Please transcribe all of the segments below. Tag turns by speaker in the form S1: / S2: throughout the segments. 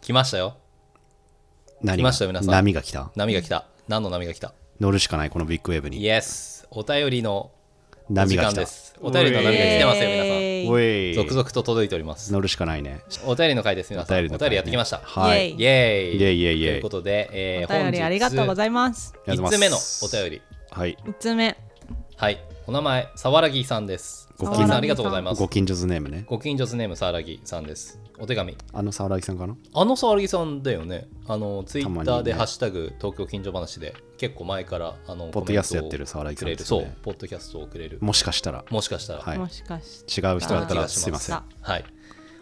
S1: 来ましたよ。
S2: 何
S1: 来ましたよ皆さん
S2: 波が来た
S1: 波が来た。何の波が来た
S2: 乗るしかないこのビッグウェーブに
S1: イエスお便りのお
S2: 波
S1: 時
S2: が来
S1: 間
S2: た
S1: です。お便りの波が来てますよ、皆さん。
S2: おい
S1: 続々と届いております。
S2: 乗るしかないね
S1: お便りの回です、皆さん。お便
S2: の
S1: り,、
S2: 回ね
S1: やってきました。
S2: は
S1: イ
S2: い
S3: イ
S1: エーイ
S2: イエイイエイイエイ
S1: ということで、え
S3: お
S1: ー、本
S3: 便
S1: 日
S3: りありがとうご
S1: い
S3: ざいます。
S2: ありがとうご
S1: 5
S2: ざ
S1: つ
S2: い
S1: 目の
S2: ま
S1: お
S2: す
S1: 便り。
S2: はい
S3: 5つ目、
S1: はい。お名前、さわらぎさんです。
S2: ご
S1: ご近
S2: 近所
S1: 所さんありがとうございます
S2: ご。近所ズネームね
S1: ご近所ズネーム、さわらぎさんです。お手紙。
S2: あの沢木さんかな
S1: あのさわらぎさんだよね。あの、ツイ
S2: たま
S1: ッ
S2: に
S1: ター
S2: ね
S1: で、ハッシュタグ、東京近所話で、結構前から、あの、
S2: ポッドキャストやってる沢木さ
S1: く
S2: ん
S1: れ
S2: で
S1: る。
S2: す
S1: そ
S2: よ
S1: う
S2: ね、
S1: ポッドキャストをくれる。
S2: もしかしたら
S1: もしかしたら。
S2: はい
S3: もしかして
S2: 違う人だった
S1: あ
S2: ら
S1: ー
S2: すいません
S3: は
S1: はい。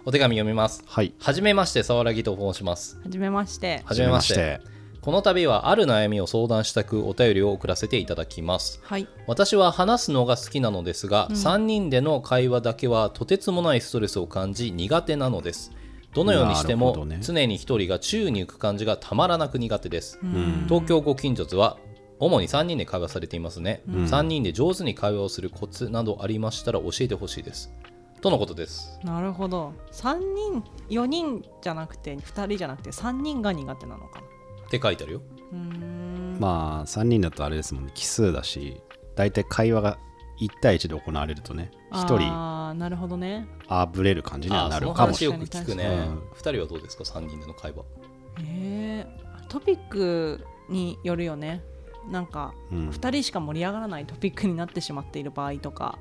S1: お手紙読みます。
S2: はい
S1: はじめまして、さわらぎと申します。
S3: じめまして。
S1: はじめまして。この度は、ある悩みを相談したく、お便りを送らせていただきます。
S3: はい。
S1: 私は話すのが好きなのですが、3人での会話だけはとてつもないストレスを感じ苦手なのですどのようにして
S2: なる
S1: も、
S2: ほどね
S1: 常に1人が宙に浮く感じがたまらなく苦手です、
S2: ん
S1: 東京ご近所図は主に3人で会話されていますね、
S2: うん
S1: 3人で上手に会話をするコツなどありましたら教えてほしいですとのことです
S3: なるほど。三人、四人じゃなくて、二人じゃなくて、三人が苦手なのかな。
S1: って書いてあるよ
S3: うーん。
S2: まあ3人だとあれですもんね奇数だし大体会話が1対1で行われるとね1人
S3: ああ、なるほどね。
S2: あぶれる感じには
S1: あー
S2: な
S1: そ
S2: る
S1: の
S2: かも
S1: 話
S2: しれ
S1: よ
S2: ない
S1: く聞くね、2人はどうですか3人での会話
S3: ええトピックによるよね。なんか、
S2: うん
S3: 二人しか盛り上がらないトピックになってしまっている場合とか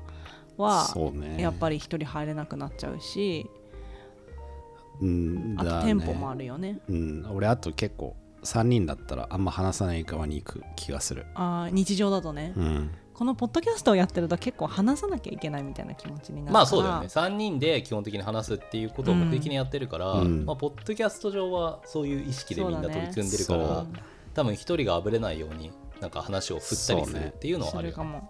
S3: は、
S2: そうね
S3: やっぱり一人入れなくなっちゃうし、
S2: うん
S3: あ
S2: だね
S3: とテンポもあるよね。
S2: うん、俺あと結構3人だったらあんま話さない側に行く気がする
S3: あー日常だとね、
S2: うん
S3: このポッドキャストをやってると結構話さなきゃいけないみたいな気持ちになるから
S1: まあそうだよね3人で基本的に話すっていうことを目的にやってるから、
S2: うん
S1: まあ、ポッドキャスト上はそういう意識でみんな
S3: そうだね
S1: 取り組んでるから、
S2: そう
S1: 多分一人があぶれないようになんか話を振ったりするっていうのは
S3: そ
S1: ある
S3: れ
S1: よ、
S3: か
S1: ね
S3: も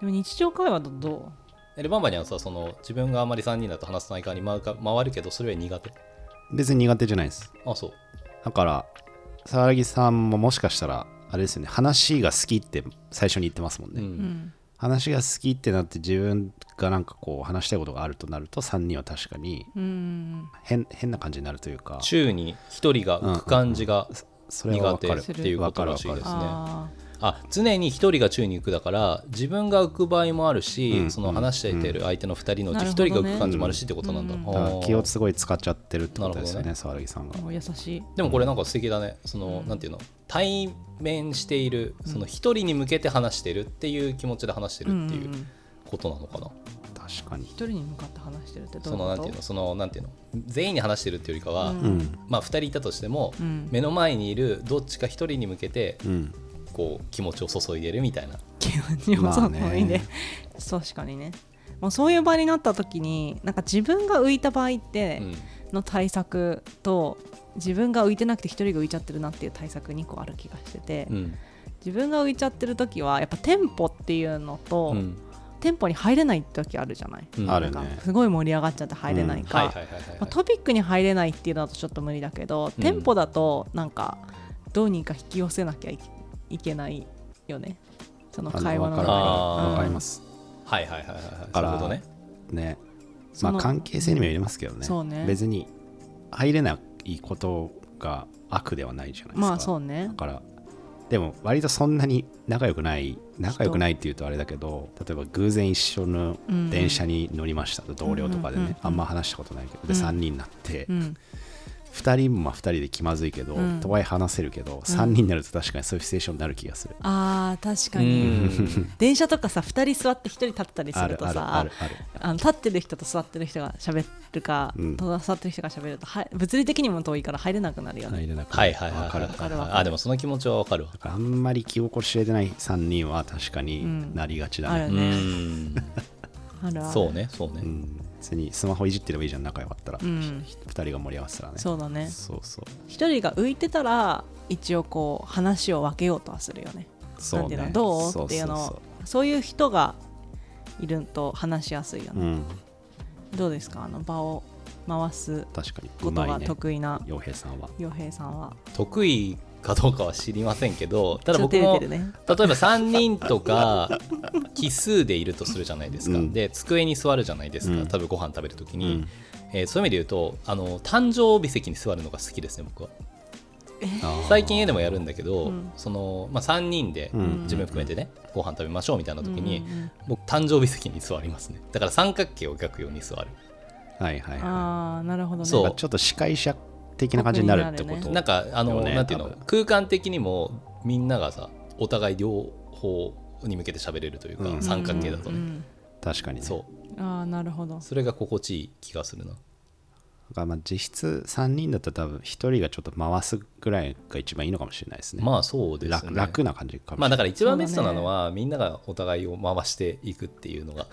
S3: でも日常会話だとど
S1: エルバンバニャンさその自分があんまり3人だと話さない側に回るか回るけどそれは苦手
S2: 別に苦手じゃないです
S1: あそう
S2: だから沢木さんももしかしたらあれですよね話が好きって最初に言ってますもん
S1: う
S2: ね、
S3: う、
S1: ん
S3: うん
S2: 話が好きってなって自分がなんかこう話したいことがあるとなると3人は確かに
S3: うん
S2: 変変な感じになるというか
S1: 宙に一人が浮く感じが
S2: それは
S1: 苦
S2: 分
S1: 手
S2: か
S1: っ
S2: る
S1: ていうことらしいですね
S3: あ
S1: あ常に一人が宙に浮くだから自分が浮く場合もあるし、
S2: うん
S1: その話していてる相手の2人のうち1
S3: なるほ
S1: 人
S3: ど
S1: が浮
S3: ね
S1: く感じもあるしってことなんだ、
S3: うん
S2: だから
S1: あー
S2: 気をすごい使っちゃってるってことですよね
S1: な
S2: 沢木さんが
S3: あもう優しい
S1: でもこれなんか素敵だねその、なんていうの対面しているその一人に向けて話してるっていう気持ちで話してるってい
S3: んん
S1: ううんことなのかな、
S2: 確かに
S3: 一人に向かって話してるってどう
S1: その
S3: い
S1: な
S3: うんこ
S1: ていう
S3: と
S1: のそのなんていうの全員に話してるっていうよりかは、
S3: うん
S2: うん
S1: まあ2人いたとしても、
S3: うん
S1: 目の前にいるどっちか一人に向けて
S2: うん
S1: こう気持ちを注いでるみたいな
S3: 気持ちよ
S2: ま
S3: さ
S2: あ
S3: そ
S2: ね
S3: ういいね確かにねもうそういう場になった時になんか自分が浮いた場合って、
S1: うん
S3: の対策と自分が浮いてなくて一人が浮いちゃってるなっていう対策2個ある気がしてて、
S1: うん
S3: 自分が浮いちゃってる時はやっぱテンポっていうのと、
S1: うん
S3: テンポに入れない時あるじゃない、
S1: うん
S2: あるね
S3: なんかすごい盛り上がっちゃって入れない
S1: はい
S3: か
S1: はいはいはい
S3: まあトピックに入れないっていうのだとちょっと無理だけど、
S1: うん
S3: テンポだとなんかどうにか引き寄せなきゃいいけないよねその
S2: あの
S3: 会話の
S2: わ
S3: 中
S2: か
S3: で
S2: る
S1: あー
S2: わかります
S1: はいはいはいはいはい
S2: から
S1: そういうことね
S2: ね
S3: そ
S2: まあ
S3: の
S2: 関係性にもよりますけどね
S3: そうね
S2: 別に入れないことが悪ではないじゃないですか、
S3: まあそうね
S2: だからでも割とそんなに仲良くない仲良くないっていうとあれだけど例えば偶然一緒の電車に乗りました、同僚とかでね、
S3: うんうんうん
S2: あんま話したことないけど、
S3: う
S2: で
S3: ん
S2: 3人になって、
S3: うん
S2: 2人もまあ2人で気まずいけど、
S3: うん
S2: とはいえ話せるけど3人になると確かにそういうシチュエーションになる気がする、
S3: あー確か
S1: う
S3: に、
S1: ん
S3: 電車とかさ2人座って1人立ってたりす
S2: あ
S3: る
S2: る
S3: と
S2: ある
S3: さ
S2: あるある
S3: あの立ってる人と座ってる人が喋るか、
S2: うん
S3: と座ってる人が喋るとは物理的にも遠いから入れなくなるよね、
S2: 入れなく
S1: は
S2: ないる
S1: はいはい
S2: わかる
S1: は
S2: だ
S3: か
S1: い
S3: るわ
S1: は
S3: か
S1: い
S3: る
S1: あでもその気持ちはわかるわ
S2: からあんまり気心知れてない3人は確かになりがちだね、
S3: うんあ
S1: うー
S3: る
S1: ん
S3: あるある
S1: そうねそう
S2: う
S1: ね
S2: ん、別にスマホいじってればいいじゃん仲良かったら、
S3: う
S2: 二
S3: ん
S2: 2人が盛り合わせたらね
S3: そうだね
S2: そうそう
S3: 一人が浮いてたら一応こう話を分けようとはするよね
S2: そうね
S3: なんていうのどう
S2: そうそうそう
S3: っていうのをそういう人がいると話しやすいよ
S2: う
S3: ね、
S2: ん
S3: どうですかあの場を回す
S2: 確かに
S3: こ
S2: う
S3: と
S2: ま
S3: が
S2: いね
S3: 得意な
S2: 洋平さんは
S3: 洋平さんは
S1: 得意かどうかは知りませんけどただ僕
S3: ちょっと照れ
S1: も
S3: て
S1: 例え
S3: るね
S1: ば3人とか奇数でいるとするじゃないですか、
S2: うん
S1: で机に座るじゃないですか、
S2: うん
S1: 多分ご飯食べるとき
S2: う
S1: に、
S2: ん
S1: えーそういう意味で言うとあの誕生日席に座るのが好きですね僕は
S2: あー
S1: 最近家でもやるんだけど、
S3: うん
S1: そのまあ、3人で
S2: うん
S1: 自分含めてね、ご飯食べましょうみたいな時に、
S3: うんうんうん
S1: 僕誕生日席に座りますねだから三角形を描くように座る
S2: はいはいは
S3: ああなるほどね
S1: そう
S2: いちょっと司会者的な感じになるってこ
S3: 僕
S2: と
S3: に
S1: なんかあの、
S2: よね
S1: なんていうの
S2: 多
S1: 空
S2: 分
S1: 間的にもみんながさお互い両方に向けて喋れるというか、
S2: うん
S1: 三角形だとね、
S3: うん
S2: 確かにね
S1: そう
S3: うんああなるほど
S1: それが心地いい気がするな
S2: だからまあ実質3人だったら多分1人がちょっと回すぐらいが一番いいのかもしれないですね。
S1: まあそうですね
S2: 楽楽な感じかも
S1: まあ
S2: し
S1: だ
S2: れない。
S1: から一番ベストなのは、みんながお互いを回していくっていうのが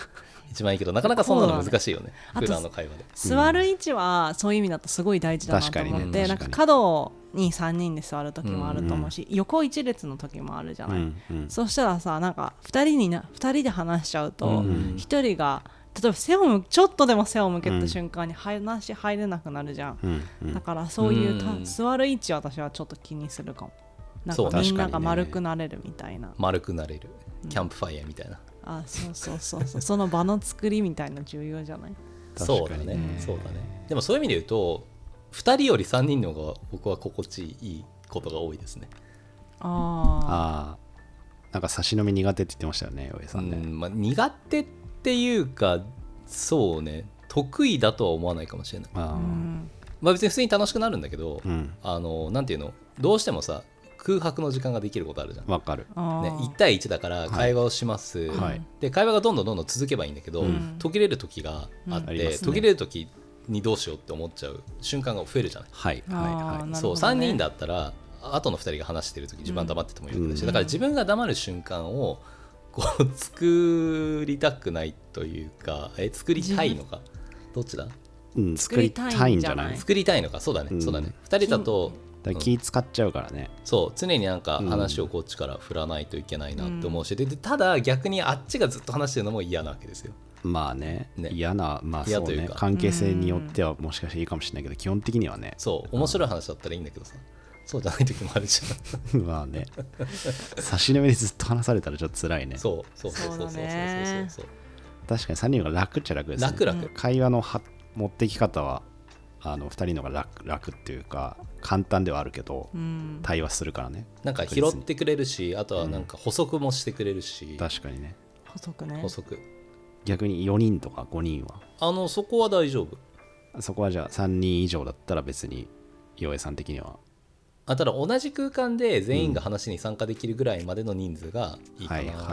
S1: 一番いいけどなかなかそんなの難しいよね
S3: そうだねあと
S1: 普段の会話で
S3: 座る位置はそういう意味だとすごい大事だなと思って、
S1: 確かにね
S3: なん
S2: 確か
S3: か
S2: に
S3: 角に3人で座る時もあると思うし、横一列の時もあるじゃない、
S2: うんうん
S3: そしたらさなんか2人にな二人で話しちゃう
S1: う
S3: と、
S1: ん
S3: 一1人が例えば背を向ちょっとでも背を向けた瞬間に話入れなくなるじゃん、
S2: うんうん
S3: だからそういうた
S1: うん
S3: 座る位置は私はちょっと気にするかもなん
S1: そう
S3: かみんな
S2: 確か
S3: が
S2: にね
S3: 丸くなれるみたいな、
S1: 丸くなれるキャンプファイヤーみたいな、
S3: あそうそうそ うそうその場の作りみたいな重要じゃない
S1: そうだ
S2: 確
S1: ね
S2: かに
S1: そうだねでもそういう意味で言うと2人より3人の方が僕は心地いいことが多いですね
S2: あ
S3: あ
S2: あなんか差し飲み苦手って言ってましたよね、上さ
S1: うん
S2: ね。
S1: んまあ、苦手っていうかそうね得意だとは思わないかもしれない、
S3: あ、
S2: あ
S3: う
S2: ー
S3: ん、
S1: まあ、別に普通に楽しくなるんだけど、
S2: うん、
S1: あのなんていうのどうしてもさ空白の時間ができることあるじゃん、
S2: わかる。
S3: あ
S1: ね
S3: ー、
S1: 1対1だから会話をします、
S2: はい
S1: で会話がどんどんどんどん続けばいいんだけど、
S2: うん
S1: 途切れる時があっ
S3: うん
S2: あり
S1: て、
S2: ますね
S1: 途切れる時にどうしようって思っちゃう瞬間が増えるじゃない
S2: はい
S3: あー
S2: はいはい。
S3: なる
S1: そう
S3: ほどね
S1: 3人だったら後の2人が話してる時自分は黙っててもいいわけだし、
S2: うん
S1: だから自分が黙る瞬間をこう作りたくないというかえ作りたいのかどっちだ
S2: うん、作りたいんじゃない
S3: 作
S1: 作りたいのかそうだね、
S2: うん
S1: そうだね2人だと
S2: だから気使っちゃうからね。
S1: そう常になんか
S2: うん
S1: 話をこっちから振らないといけないなって思うし、ででただ逆にあっちがずっと話してるのも嫌なわけですよ
S2: まあね、
S1: ね
S2: 嫌な、まあ
S1: 嫌
S2: そう
S1: という
S2: ね
S1: か、
S2: 関係性によってはもしかしていいかもしれないけど、基本的にはね、
S1: そう面白い話だったらいいんだけどさそうじゃない時もあるじゃん
S2: まあね、差し飲みでずっと話されたらちょっと 辛いね。
S1: そうそうそうそうそうそう
S3: そうだね
S1: そうそう
S2: 確かに3人が楽っちゃ楽ですね。
S1: 楽楽
S2: 会話のは持ってき方はあの2人の方が楽楽っていうか簡単ではあるけど、
S3: うん
S2: 対話するからね
S1: なんか拾ってくれるしあとはなんか補足もしてくれるし、
S2: 確かにね
S3: 細くね
S1: 補足
S2: 逆に4人とか5人は
S1: あのそこは大丈夫
S2: そこはじゃあ3人以上だったら別に洋江さん的には
S1: あただ同じ空間で全員が話に参加できるぐらいまでの人数がいいかな、
S2: はいはいはい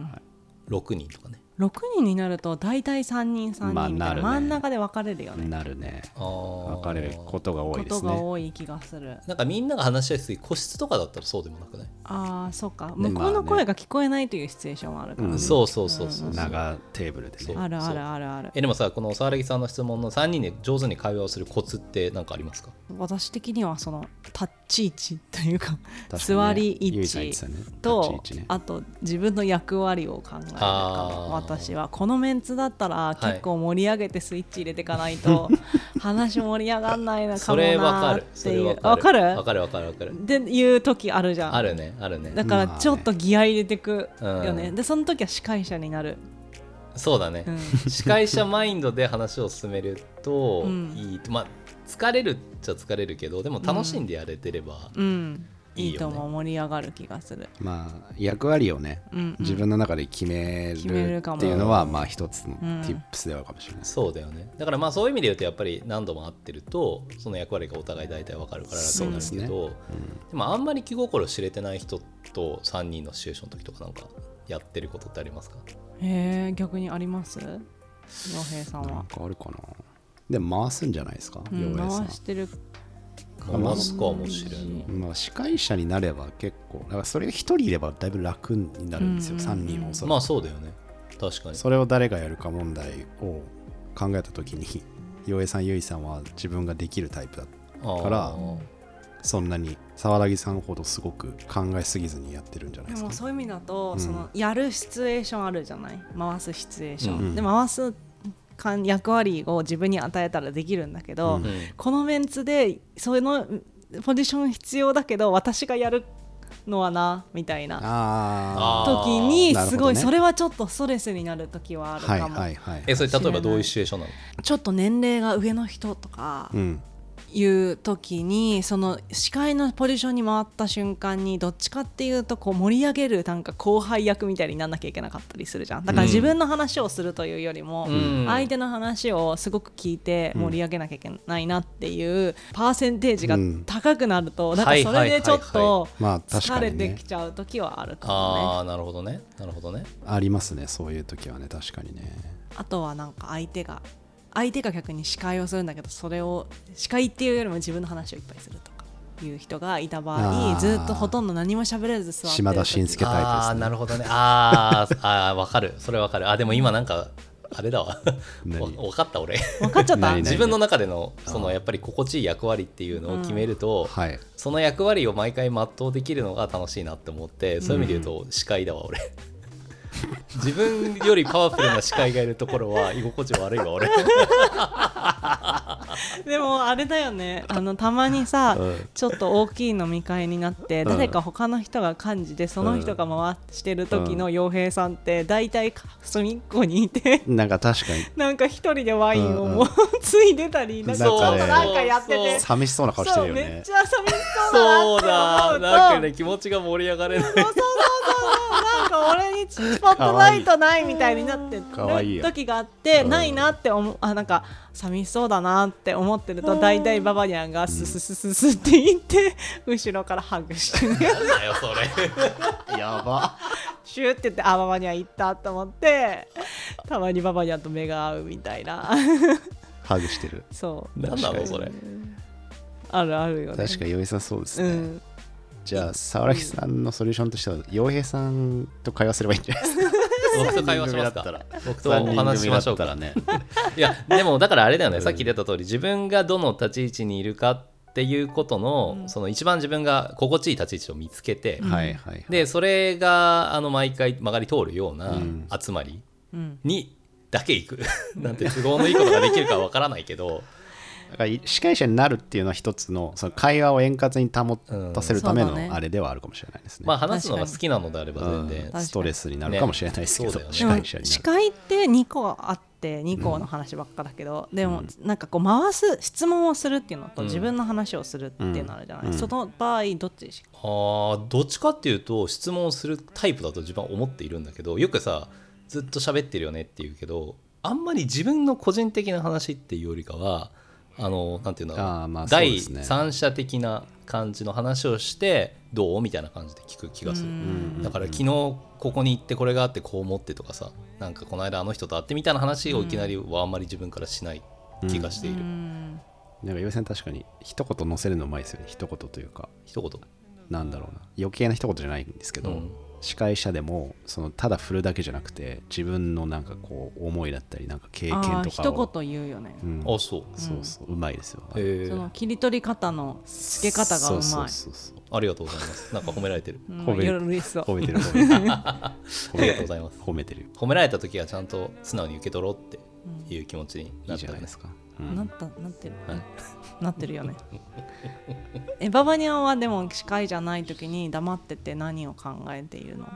S2: は
S1: 6人とかね
S3: 6人になると大体3人3
S2: まあ
S3: 人みたい
S2: な
S3: な,、
S2: るね
S3: 真ん中で分かれるよ
S2: い
S3: ね
S2: なるね
S1: あー
S2: 分かれることが多
S3: こ
S2: いで
S3: と
S2: す
S3: が
S2: ね
S3: 多い気がする
S1: なんかみんなが話しやすい個室とかだったらそうでもなくない、
S3: ああそうか
S2: ね
S3: 向こう
S2: まあ
S3: の
S2: ね
S3: 声が聞こえないというシチュエーションもあるから、ね
S2: うん
S1: そうそうそうそうそう
S2: 長テーブルで
S1: そ
S2: ね
S1: う
S3: あるあるあるある
S1: えでもさこの沢木さんの質問の3人で上手に会話をするコツって何かありますか
S3: 私的にはその立ち位置というか
S2: 確かにね
S3: 座り位
S2: ゆいさん言って
S3: 置
S2: たね
S3: と
S2: 立ち位置ね
S3: あと自分の役割を考えるか
S1: あー
S3: も私はこのメンツだったら
S1: い
S3: 結構盛り上げてスイッチ入れていかないと話盛り上がんないなか
S1: そ
S3: も
S1: れわ
S3: な
S1: か
S3: ーっ
S1: るそ
S3: て
S1: れ
S3: いう
S1: わ
S3: あわかる
S1: わかるわかるわかる
S3: っていう時あるじゃん
S1: あるねあるね
S3: だからちょっとギア入れてくよね、
S1: うん
S3: でその時は司会者になる、
S1: そうだね、
S3: うん
S1: 司会者マインドで話を進めると
S3: うん
S1: いいと、まあ疲れるっちゃ疲れるけどでも楽しんでやれてれば、
S3: うん、
S1: いいよね
S3: いいと思う盛り上がる気がする、
S2: まあ役割をね
S3: うんうん
S2: 自分の中で決める
S3: 決めるかも
S2: っていうのはまあ一つの
S3: うん
S2: tips ではあるかもしれないです、
S1: そうだよねだからまあそういう意味で言うとやっぱり何度も会ってるとその役割がお互い大体わかるから楽になるけ
S2: そうですね
S1: どで,、もあんまり気心知れてない人と3人のシチュエーションの時とかなんかやってることってありますか
S3: へえ逆にあります洋平さん
S2: な
S3: は
S2: ん、かあるかなでも回すんじゃないですか
S3: う
S2: 洋
S3: ん、
S2: 平、
S3: 回
S2: さん
S3: してる
S2: あまあ
S1: 回すかもしれない
S2: まあ、司会者になれば結構だからそれが1人いればだいぶ楽になるんですよ、
S3: うんうんうん
S2: 3人はおそらく、
S1: まあそうだよね確かに
S2: それを誰がやるか問題を考えた時に洋江さんゆいさんは自分ができるタイプだ
S1: あ
S2: から
S1: ー
S2: そんなに沢田木さんほどすごく考えすぎずにやってるんじゃない
S3: で
S2: ですか
S3: もそういう意味だと、
S2: うん
S3: そのやるシチュエーションあるじゃない回すシチュエーション、
S1: うん
S3: で回すかん役割を自分に与えたらできるんだけど、
S2: うん
S1: うん
S3: このメンツでそのポジション必要だけど私がやるのはなみたいな
S2: あ
S1: あー
S3: 時に
S2: なるほどね
S3: すごい、それはちょっとストレスになる時はあ
S2: あ
S3: る
S2: はい
S3: かも、
S2: はいはい
S1: えそれ例えばどういうシチュエーションなの
S3: ちょっと年齢が上の人とか
S2: うん
S3: いう時にその司会のポジションに回った瞬間にどっちかっていうとこう盛り上げるなんか後輩役みたいになんなきゃいけなかったりするじゃんだから自分の話をするというよりも、
S1: うん
S3: 相手の話をすごく聞いて盛り上げなきゃいけないなっていうパーセンテージが高くなると、なんかそれでちょ
S1: はいはい
S3: っ
S1: はい
S3: と
S2: まあ確
S3: 疲
S2: か
S3: れ
S2: に
S3: て
S2: ね
S3: きちゃう時はあるかもね。
S1: ああなるほどねなるほどね
S2: ありますねそういう時はね確かにね
S3: あとはなんか相手が相手が逆に司会をするんだけどそれを司会っていうよりも自分の話をいっぱいするとかいう人がいた場
S2: あ
S3: 合
S2: ー
S3: ずっとほとんど何も喋れず座ってる時
S2: 島田紳助タイプですね
S1: ああなるほどねあーあーわかるそれわかるあでも今なんかあれだわ
S2: 何
S1: わわかった俺
S3: 分かっちゃった
S2: 何
S1: 自分の中でのそのやっぱり心地いい役割っていうのを決めると、
S2: はい
S1: その役割を毎回全うできるのが楽しいなって思ってそういう意味で言うと司会だわ俺自分よりパワフルな司会がいるところは居心地悪いわ俺
S3: でもあれだよねあのたまにさ、
S2: うん
S3: ちょっと大きい飲み会になって、
S2: うん
S3: 誰か他の人が幹事でその人が回してる時の洋平さんって大体隅っこにいて。
S2: なんか確かに
S3: なんか一人でワインをも
S2: う
S3: う、
S2: ん
S3: ついでたりなんかちょっ
S2: そう
S3: となんかやって
S1: そうそう
S3: て
S2: 寂しそうな顔して
S3: そ
S2: る
S3: う
S2: よ
S3: めっ
S2: ね
S3: ちゃ寂しそ
S1: そう
S3: うだなっ
S1: だ
S3: て思うと
S1: なんかね気持ちが盛り上がれない
S3: そうそうそうそうなんか俺にスポットライトないみたいになってる
S2: かわいいよ
S3: 時があって
S2: うん
S3: ないなって思うあなんか寂しそうだなって思ってると大体ババニャンがスススススって言って後ろからハグしてね
S1: な んだよそ れ
S2: やば
S3: シューって言ってあババニャン行ったと思ってたまにババニャンと目が合うみたいな
S2: ハグしてる
S3: そう
S1: 何なのそれ
S3: あるあるよね
S2: 確かに洋平さんそうです
S3: う
S2: ね、
S3: ん
S2: じゃあ沢木さんのソリューションとしては洋平さんと会話すればいいんじゃないですか
S1: 僕 と会話します
S2: 三人組だ
S1: か
S2: っ
S1: 僕とお話ししましょうか
S2: 三人組だったらね
S1: いやでもだからあれだよね、さっき出た通り自分がどの立ち位置にいるかっていうことの,、その一番自分が心地いい立ち位置を見つけて、
S2: はいはいはい
S1: でそれがあの毎回曲がり通るような集まり
S3: うん
S1: にだけ行くなんて都合のいいことができるかわからないけど
S2: だから司会者になるっていうのは一つのその会話を円滑に保たせるため
S3: うんそうだね
S2: のあれではあるかもしれないですね。
S1: まあ話すのが好きなのであれば
S2: う
S1: 全
S2: ん
S1: 然、
S3: かに
S2: ストレスになるかもしれないですけ
S1: ね
S2: ど、
S1: そうだよね
S2: 司会者にな
S3: 司
S2: る。
S3: 会って2個あって2個の話ばっかだけど、でもなんかこう回す質問をするっていうのと
S1: うん
S3: 自分の話をするっていうのあるじゃない、
S2: うん
S3: その場合どっちでし
S1: あーどっちかっていうと質問するタイプだと自分は思っているんだけどよくさずっと喋ってるよねって言うけどあんまり自分の個人的な話っていうよりかはあのなんていうの
S2: あーまあそう
S1: 第
S2: ですね
S1: 三者的な感じの話をしてどうみたいな感じで聞く気がする。
S2: ん
S1: だから昨日ここに行ってこれがあってこう思ってとかさなんかこの間あの人と会ってみたいな話をいきなりはあんまり自分からしない気がしている、
S3: うん
S2: なんか、洋平さん確かに一言載せるのうまいですよね。一言というか、
S1: 一言
S2: なんだろうな。余計な一言じゃないんですけど、
S1: うん
S2: 司会者でもそのただ振るだけじゃなくて、自分のなんかこう思いだったりなんか経験
S3: あー
S2: とかを
S3: 一。言言うよね、
S2: うん
S1: あそう
S2: そうそう、うまいですよ。
S1: へ
S3: その
S1: ー
S3: 切り取り方のつけ方がうま
S2: そう
S3: い
S2: そうそうそう
S1: ありがとうございますなんか褒められてる
S3: うん
S2: 褒める
S3: 嬉しそう
S2: 褒めてる褒めてる
S1: ありがとうございます
S2: 褒めてる
S1: 褒められた時はちゃんと素直に受け取ろうっていう気持ちに
S2: い
S1: なっ
S2: いじ
S1: た
S2: ゃない
S1: ね
S2: ですか、
S3: なったなってる、
S1: はい
S3: なってるよねえババニャンはでも司会じゃない時に黙ってて何を考えているの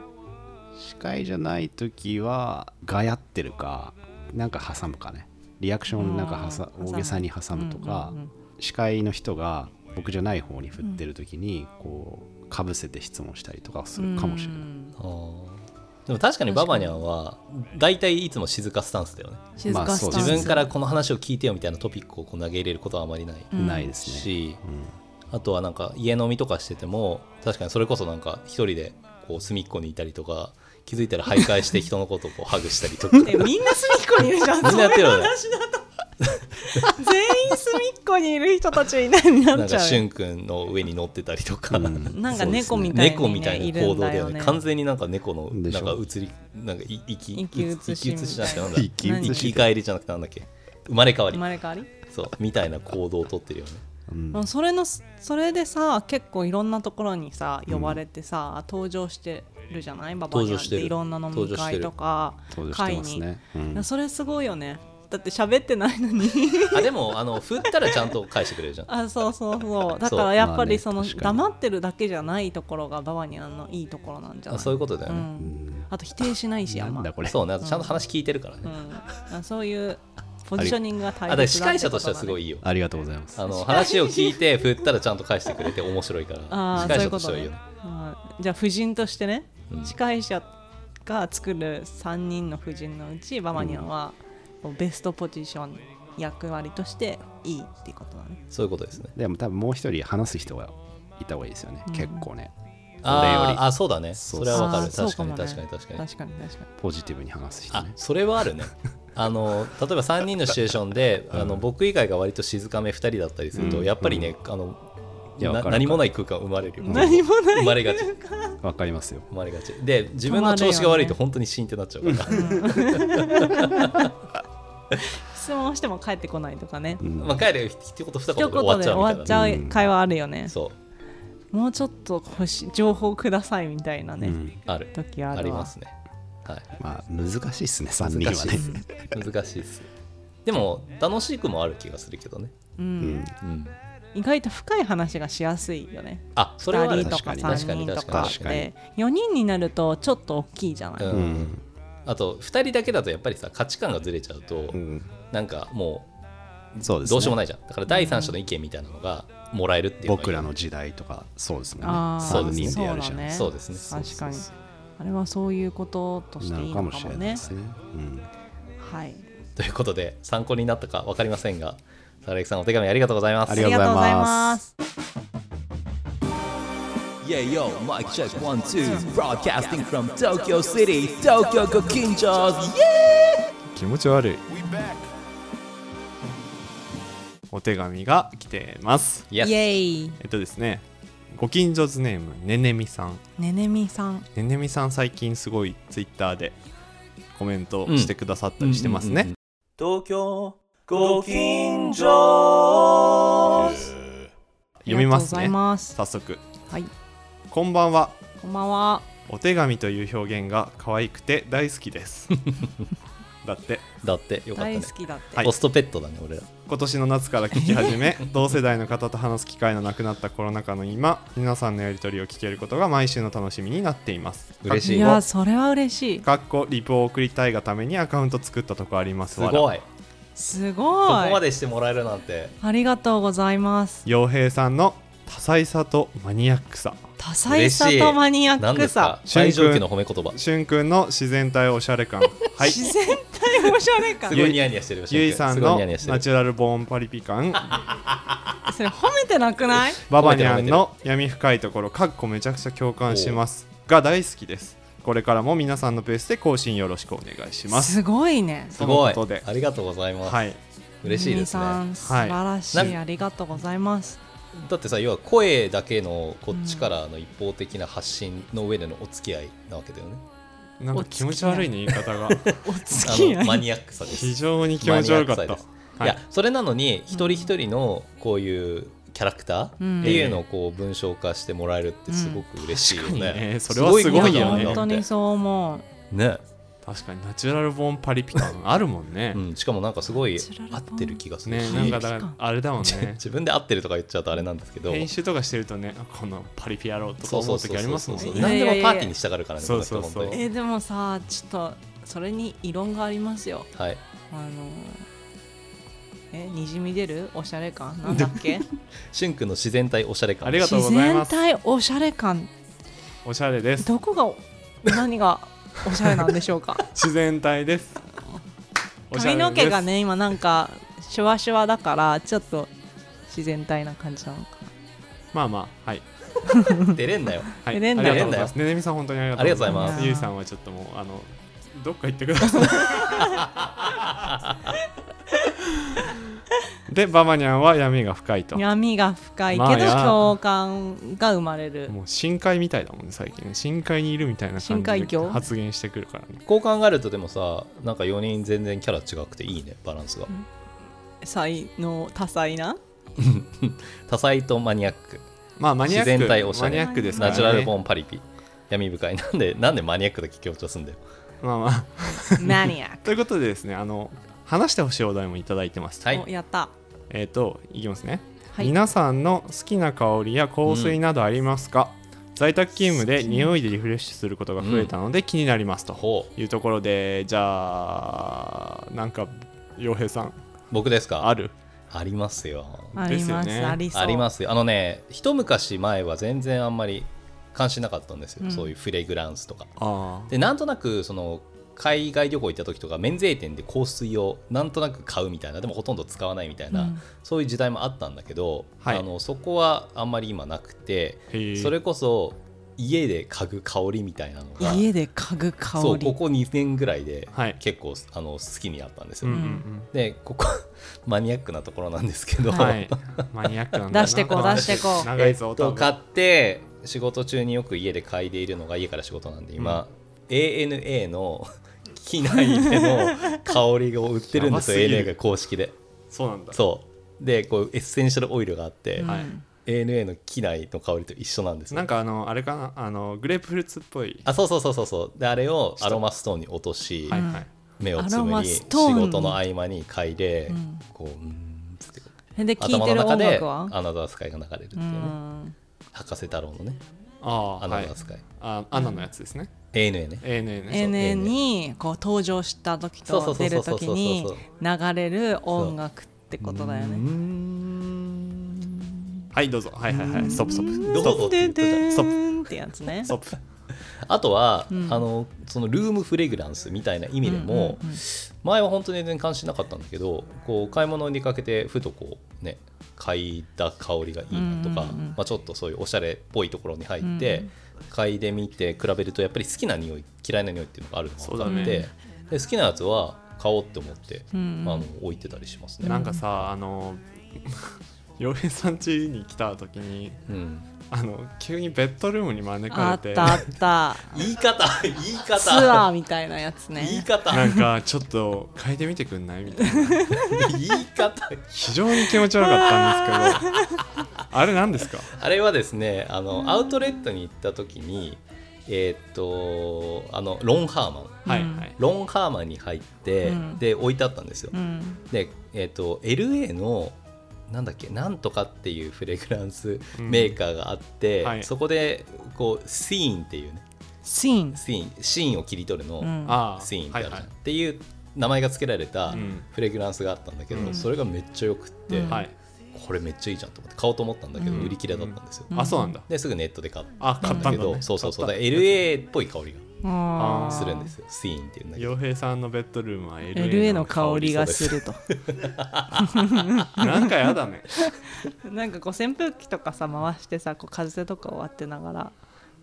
S2: 司会じゃない時はがやってるかなんか挟むかねリアクションなんか挟
S3: うん
S2: 大げさに挟むとか、
S3: うんうんうん
S2: 司会の人が僕じゃない方に振ってる時にこうかぶせて質問したりとかするかもしれない、
S3: うん
S1: あーでも確かにババニャンは大体いつも静かスタンスだよね
S3: 静
S2: まあ
S3: か
S2: そ
S3: ス
S2: う
S3: タン
S1: 自
S3: ス
S1: 分からこの話を聞いてよみたいなトピックをこう投げ入れることはあまりない
S3: うん
S2: ないですね、
S1: し、
S2: うん
S1: あとはなんか家飲みとかしてても確かにそれこそなんか一人でこう隅っこにいたりとか気づいたら徘徊して人のことをこうハグしたり とか
S3: えみんな隅っこにいるじゃ ん。
S1: みんなやってるよね
S3: 全員隅っこにいる人たちにな
S1: な
S3: っ
S1: ん
S3: ちゃ
S1: か
S3: う
S1: しゅ
S3: よ。
S1: んくんの上に乗ってたりとか、
S2: うん
S3: なんか猫みたいに、ね、
S1: 猫みたいな行動だよね完全になんか猫の
S2: で
S1: な
S2: し
S1: ん
S2: ょ
S1: か移りなんかい生き
S3: 生き写し
S1: 生き写しじゃなくてなんだ
S2: 生き
S1: 生
S2: 写
S1: き
S2: し
S1: 返りじゃなくてなんだっけ生まれ変わ
S3: 生
S1: り
S3: まれ変わり、
S1: そうみたいな行動をとってるよ ね
S2: うん
S3: もうそれのそれでさ結構いろんなところにさ呼ばれてさ、登場してるじゃないババニャン
S1: 登場してる
S3: いろんな飲み会とか
S2: 登場して
S3: 会
S2: ます
S3: に、
S2: ね、うん
S3: それすごいよねだって喋ってないのに
S1: あでもあの振ったらちゃんと返してくれるじ ゃん
S3: あそうそうそうだからやっぱりそ
S2: そう
S3: の
S2: まあね確かに
S3: 黙ってるだけじゃないところがババニャンのいいところなんじゃ
S1: あ
S3: ない
S1: そういうことだよ
S3: う
S1: ね、
S3: ん、あと否定しないしあん
S2: な
S3: ま
S2: んだこれ
S1: そうねあとちゃんと話聞いてるからね、
S3: うんあそういうポジショニングが
S1: あだから
S3: 大切だ
S1: 司会者としてはすごい
S3: い
S1: いいよ
S2: ありがとうございます
S1: あ の話を聞いて振ったらちゃんと返してくれて面白いから
S3: あ
S1: 司
S3: あ
S1: 会
S3: そうい
S1: 者としてはい
S3: うこと
S1: い
S3: ね
S1: よね
S3: うんじゃあ夫人としてね、
S1: うん
S3: 司会者が作る3人の夫人のうちババニャンはこうベストポジション役割としていいっていうことだね
S1: そういうことですね
S2: でも多分もう一人話す人がいた方がいいですよね、
S3: うん
S2: 結構ね
S1: あ
S2: 俺より
S1: ーあそうだね
S2: そう
S1: それはわか
S3: あー
S1: る
S3: そう
S1: 確か
S3: か
S1: に
S3: もね
S1: 確かに確かに
S3: 確かに確かに
S2: ポジティブに話す人
S1: あ
S2: ね
S1: それはあるね あの例えば3人のシチュエーション で、あの僕以外が割と静かめ2人だったりすると、
S2: うん
S1: やっぱりね、あの
S2: いや
S1: な
S2: わかる
S1: 何もない空間生まれるよ
S3: 何もない
S1: 生まれがち
S2: わかりますよ
S1: 生まれがちで自分の調子が悪いと本当にシーンってなっちゃうから、
S3: 質問しても帰ってこないとかね、
S2: うん
S1: まあ帰る一言二
S3: 一言
S1: 言
S3: で
S1: で終わっちゃうみたいな
S3: 終わっち
S2: う
S3: ゃうん会話あるよね、
S1: そう
S3: もうちょっと欲しい情報くださいみたいなね、
S2: うん
S1: ある
S3: 時ある
S1: あ
S3: わ
S1: りますねはい
S2: まあ難しいっすね3人
S1: 難
S2: は
S1: しいっす
S2: ね、
S1: 難しいっすでも楽しくもある気がするけどね、
S3: う
S2: うんん、
S1: うん、
S3: 意外と深い話がしやすいよね
S1: あそれはあ
S3: 2
S1: る
S3: 人とか
S2: 確かに
S3: 3人とかっ
S2: 確かに
S3: て4人になるとちょっと大きいじゃない、
S1: う
S2: うんん
S1: あと2人だけだとやっぱりさ価値観がずれちゃうと、
S2: うん
S1: なんかも
S2: そうで
S1: う
S2: すね
S1: どうしようもないじゃん、だから第三者の意見みたいなのがもらえるっていうのがいい
S2: 僕らの時代とかそうですもんね
S3: あー
S2: 3人でやるじゃん
S3: そうだね
S1: そうですね
S3: 確かにあれはそういうこととして
S2: ない
S3: い
S2: の
S3: の
S2: か
S3: かも
S2: もしれない
S3: ね
S2: ですね、うん、
S3: はい
S1: ということで参考になったか分かりませんがサレキさんお手紙ありがとうございます
S2: ありがとうございます
S4: Yeah, yo, mic check one, two. Broadcasting from Tokyo City, Tokyo Gokinjos. Yeah!
S5: 気持ち悪いお手紙が来てます
S1: イエス
S3: イエイ
S5: えっとですねご近所ズネームねねみさん
S3: ねねみさん
S5: ねねみさん最近すごいツイッターでコメントしてくださったりしてますね、
S3: ありがとう
S5: 読みますね
S3: ございます
S5: 早速
S3: はい
S5: こんばんは
S3: こんばんは
S5: お手紙という表現が可愛くて大好きです だって
S1: だってよかったね
S3: 大好きだって
S5: はい
S1: ポストペットだね俺ら
S5: 今年の夏から聞き 始め同世代の方と話す機会のなくなったコロナ禍の今皆さんのやり取りを聞けることが毎週の楽しみになっています
S1: 嬉し
S3: い
S1: い
S3: やそれは嬉しい
S5: かっこリプを送りたいがためにアカウント作ったとこあります
S1: す
S5: わら
S1: ごい
S3: す
S1: そ
S3: ご
S1: こま
S3: い
S1: でしてもらえるなんて
S3: ありがとうございます
S5: 洋平さんの多彩さとマニアックさ
S3: 多彩さとマニアッ
S1: 何で
S3: ク
S1: すか
S3: さ
S1: 最上級の褒め言葉
S5: しゅんくんの自然体おしゃれ感 はい
S3: 自然体おしゃれか
S1: すごいニヤニヤしてるよ
S5: ゆいさん
S1: すごい
S5: の
S1: ニヤニヤしてる
S5: ナチュラルボーンパリ ピ感
S3: それ褒めてなくない
S5: ババニャンの闇深いところかっこめちゃくちゃ共感しますが大好きですこれからも皆さんのペースで更新よろしくお願いします
S3: すごいね
S1: すごい
S5: とのことで
S1: ありがとうございます、
S5: はい
S1: 嬉しいですね
S3: ねみさん素晴らしい、
S1: はい
S3: ありがとうございます
S1: だってさ要は声だけのこっちからの一方的な発信の上でのお付き合いなわけだよね、
S5: なんか気持ち悪いね言い 方が
S3: お付
S1: あのマニアックさです
S5: 非常に気持ち悪かっ
S1: マニアッ
S5: た
S1: クさです
S5: はい
S1: いやそれなのに一人一人のこういうキャラクタ
S3: う
S1: ー
S3: ん
S1: っていうのをこう文章化してもらえるってすごく嬉しいよ
S5: うん確かに
S1: ね
S5: ね。それはすごいよね
S3: 本当にそう思う
S1: ね、
S5: 確かにナチュラルボーンパリピ感あるもんね
S1: うん、しかもなんかすごい
S3: ナチュラルボ
S1: 合
S3: ー
S1: っ
S3: ン
S1: てる気がする
S5: ね
S1: し、
S5: なんかだからあれだもんね
S1: 自分で合ってるとか言っちゃうとあれなんですけど、
S5: 編集とかしてるとねあこのパリピ野郎とか思う時ありますもん
S1: そうそうそうそう
S5: ね
S1: 何でもパーティーにしたがるからね、
S5: いやいやいや
S1: この人本当に
S3: えーでもさちょっとそれに異論がありますよ
S1: はい、
S3: あのーえにじみ出るおしゃれ感なんだっ け
S1: しゅんくんの自然体おしゃれ感。
S5: ありがとう
S3: 自
S5: ござい
S3: 然
S5: ます
S3: 体おしゃれ感
S5: おしゃれです
S3: どこが何がおしゃれなんでしょうか
S5: 自然体です おしゃれ
S3: 髪
S5: です
S3: の毛がね今なんかシュワシュワだからちょっと自然体な感じなのか
S5: まあまあはい
S1: 出れんなよ。
S5: はい、
S3: え
S5: あ
S3: 連
S5: り
S3: 打
S5: がとうございます。ねねみさん、本当にありがとうござい
S3: ありがとうございま
S5: ますす。ゆいさんはちょっともう、あの、どっか行ってくださ い。で、バマニャンは闇が深いと。
S3: 闇が深い
S5: まあ
S3: けど
S5: や
S3: 共感が生まれる
S5: もう深海みたいだもんね、最近ね。深海にいるみたいな
S3: 深
S5: 感
S3: 海
S5: じで
S3: 魚
S5: 発言してくるからね。
S1: こう考えるとでもさ、なんか4人全然キャラ違くていいね、バランスが。
S3: 才能多彩な
S1: 多彩とマニアック。
S5: まあ、マニアック。
S1: 自然体おしゃ
S5: マ
S1: れ
S5: ニアックですから、
S1: ナチ
S5: ね。
S1: ュラルボーンパリピ闇深い なんでなんでマニアックだけ強調すんだよ
S5: まあまあ。
S3: マニアック
S5: ということでですね、あの、話してほしいお題もいただいてます、
S1: はい
S3: おやった
S5: えっ、といきますね、
S3: はい
S5: 皆さんの好きな香りや香水などありますか、在宅勤務で匂いでリフレッシュすることが増えたので気になりますと、
S1: ほう
S5: いうところでじゃあなんか洋平さん
S1: 僕ですか
S5: ある
S1: ありますよ
S3: あ
S5: で
S3: り
S5: すよ
S3: ます
S5: ね
S3: ありそう
S1: ありますよあのね一昔前は全然あんまり関心なかったんですよ、
S3: うん
S1: そういうフレグランスとか
S5: あ
S1: でなんとなくその海外旅行行った時とか免税店で香水をなんとなく買うみたいなでもほとんど使わないみたいな、
S3: うん
S1: そういう時代もあったんだけど、
S5: はい
S1: あのそこはあんまり今なくて
S5: へえ
S1: それこそ家で嗅ぐ香りみたいなのが
S3: 家で嗅ぐ香り
S1: そうここ2年ぐらいで
S5: はい
S1: 結構、あの好きになったんです
S5: う
S1: よ、
S5: んうん
S1: でこ こマニアックなところなんですけ
S5: う
S1: ど、
S5: んはいマニアックなんだな
S3: 出してこう出してこう
S5: 長いぞ
S1: えっと
S5: 多
S1: 買
S5: 分
S1: って仕事中によく家で嗅いでいるのが家から仕事なんで今、ANA の機内での香りを売ってるんですよ
S5: やばすぎる
S1: ANA が公式で
S5: そうなんだ
S1: そうでこうエッセンシャルオイルがあって、
S3: うん
S5: はい
S1: ANA の機内の香りと一緒なんですよ
S5: なんかあのあれかなあのグレープフルーツっぽい
S1: あそうそうそうそうそうであれをアロマストーンに落とし、
S5: はいはい
S1: 目を
S3: ア
S1: つ
S3: ロ
S1: む
S3: マ
S1: り仕
S3: ストーン
S1: 事の合間に嗅いで、
S3: うん
S1: こううーんつって
S3: えで聴い
S1: 頭
S3: て
S1: の
S3: る
S1: 中
S3: 音
S1: で
S3: 楽は
S1: アナザースカイが流れるっていう
S3: う
S1: ね、
S3: ん
S1: 博士太郎のね
S5: ああ
S1: ア
S5: ーは
S1: ナ
S5: い
S1: ザースカイ、
S5: あアナのやつですね
S1: ANA ね
S5: ANA ね
S3: NN にこう登場した時
S1: そ
S3: と
S1: うそう
S3: 出
S1: そう
S3: る
S1: そうそう
S3: 時
S1: そう
S3: に流れる音楽ってことだよね。
S5: はいどうぞはいはいはいストップストップ
S1: どうぞって言ったじゃん
S5: ストップ
S3: ーンってやつね
S5: ス。トップ
S1: あとは、
S3: ん
S1: あのそのルームフレグランスみたいな意味でも、
S3: うんうんうん
S1: 前は本当に全然関心なかったんだけどこう買い物に出かけてふとこうね嗅いだ香りがいいなとか、
S3: うんうんうん
S1: まあ、ちょっとそういうおしゃれっぽいところに入って、嗅いでみて比べるとやっぱり好きな匂い嫌いな匂いっていうのがあるのが分かって、
S5: そうだ
S1: で好きなやつは買おうって思って、
S3: うん
S1: あの置いてたりしますね。
S5: なんかさあの洋平さん家に来た時に
S1: うん、
S5: あの急にベッドルームに招
S3: あ
S5: か
S3: っ
S5: れて
S3: たあった。
S1: 言い方 言い方
S3: ツアーみたいなやつ
S1: 言い
S3: ね。
S1: 方
S5: なんかちょっと変えてみてくんないみたい な
S1: 言い方
S5: 非常に気持ち悪かったんです けどあれ何ですか
S1: あれはですねあのアウトレットに行った時にえーっとあのロンハーマン
S5: はいはい
S1: ロンハーマンに入って、
S3: うん
S1: で置いてあったんですよ、
S3: うん。
S1: でえーっと LA のなんだっけなんとかっていうフレグランスメーカーがあって、
S5: うんはい
S1: そこでこうシーンっていうね
S3: シーン。
S1: シーンシーンを切り取るの、
S3: うん
S5: ああ
S1: シーンってあ
S5: はい
S1: るじゃん、っ
S5: は
S1: ていう名前が付けられた
S5: うん
S1: フレグランスがあったんだけど、
S5: うん
S1: それがめっちゃよくって、
S3: うん
S5: いはい
S1: これめっちゃいいじゃんと思って買おうと思ったんだけど、
S5: うん
S1: 売り切れだったんですよ、
S3: うん
S5: あそうなんだ
S1: ですぐネットで買った
S5: あ買ったん
S1: け
S5: だ
S1: ど、
S5: ね
S1: そうそうそうだ
S5: 買
S1: か
S5: っ
S1: ら LA っぽい香り
S3: あ
S5: あ
S1: が
S5: ー
S1: するんですよシーンっていうんだ
S5: た
S1: けど
S5: 洋平さんのベッドルームは
S3: ー LA
S5: LA
S3: の
S5: の
S3: 香
S5: 香
S3: り
S5: り
S3: がすると
S5: なんかやだね
S3: なんかこう扇風機とかさ回してさこう風とかを当てながら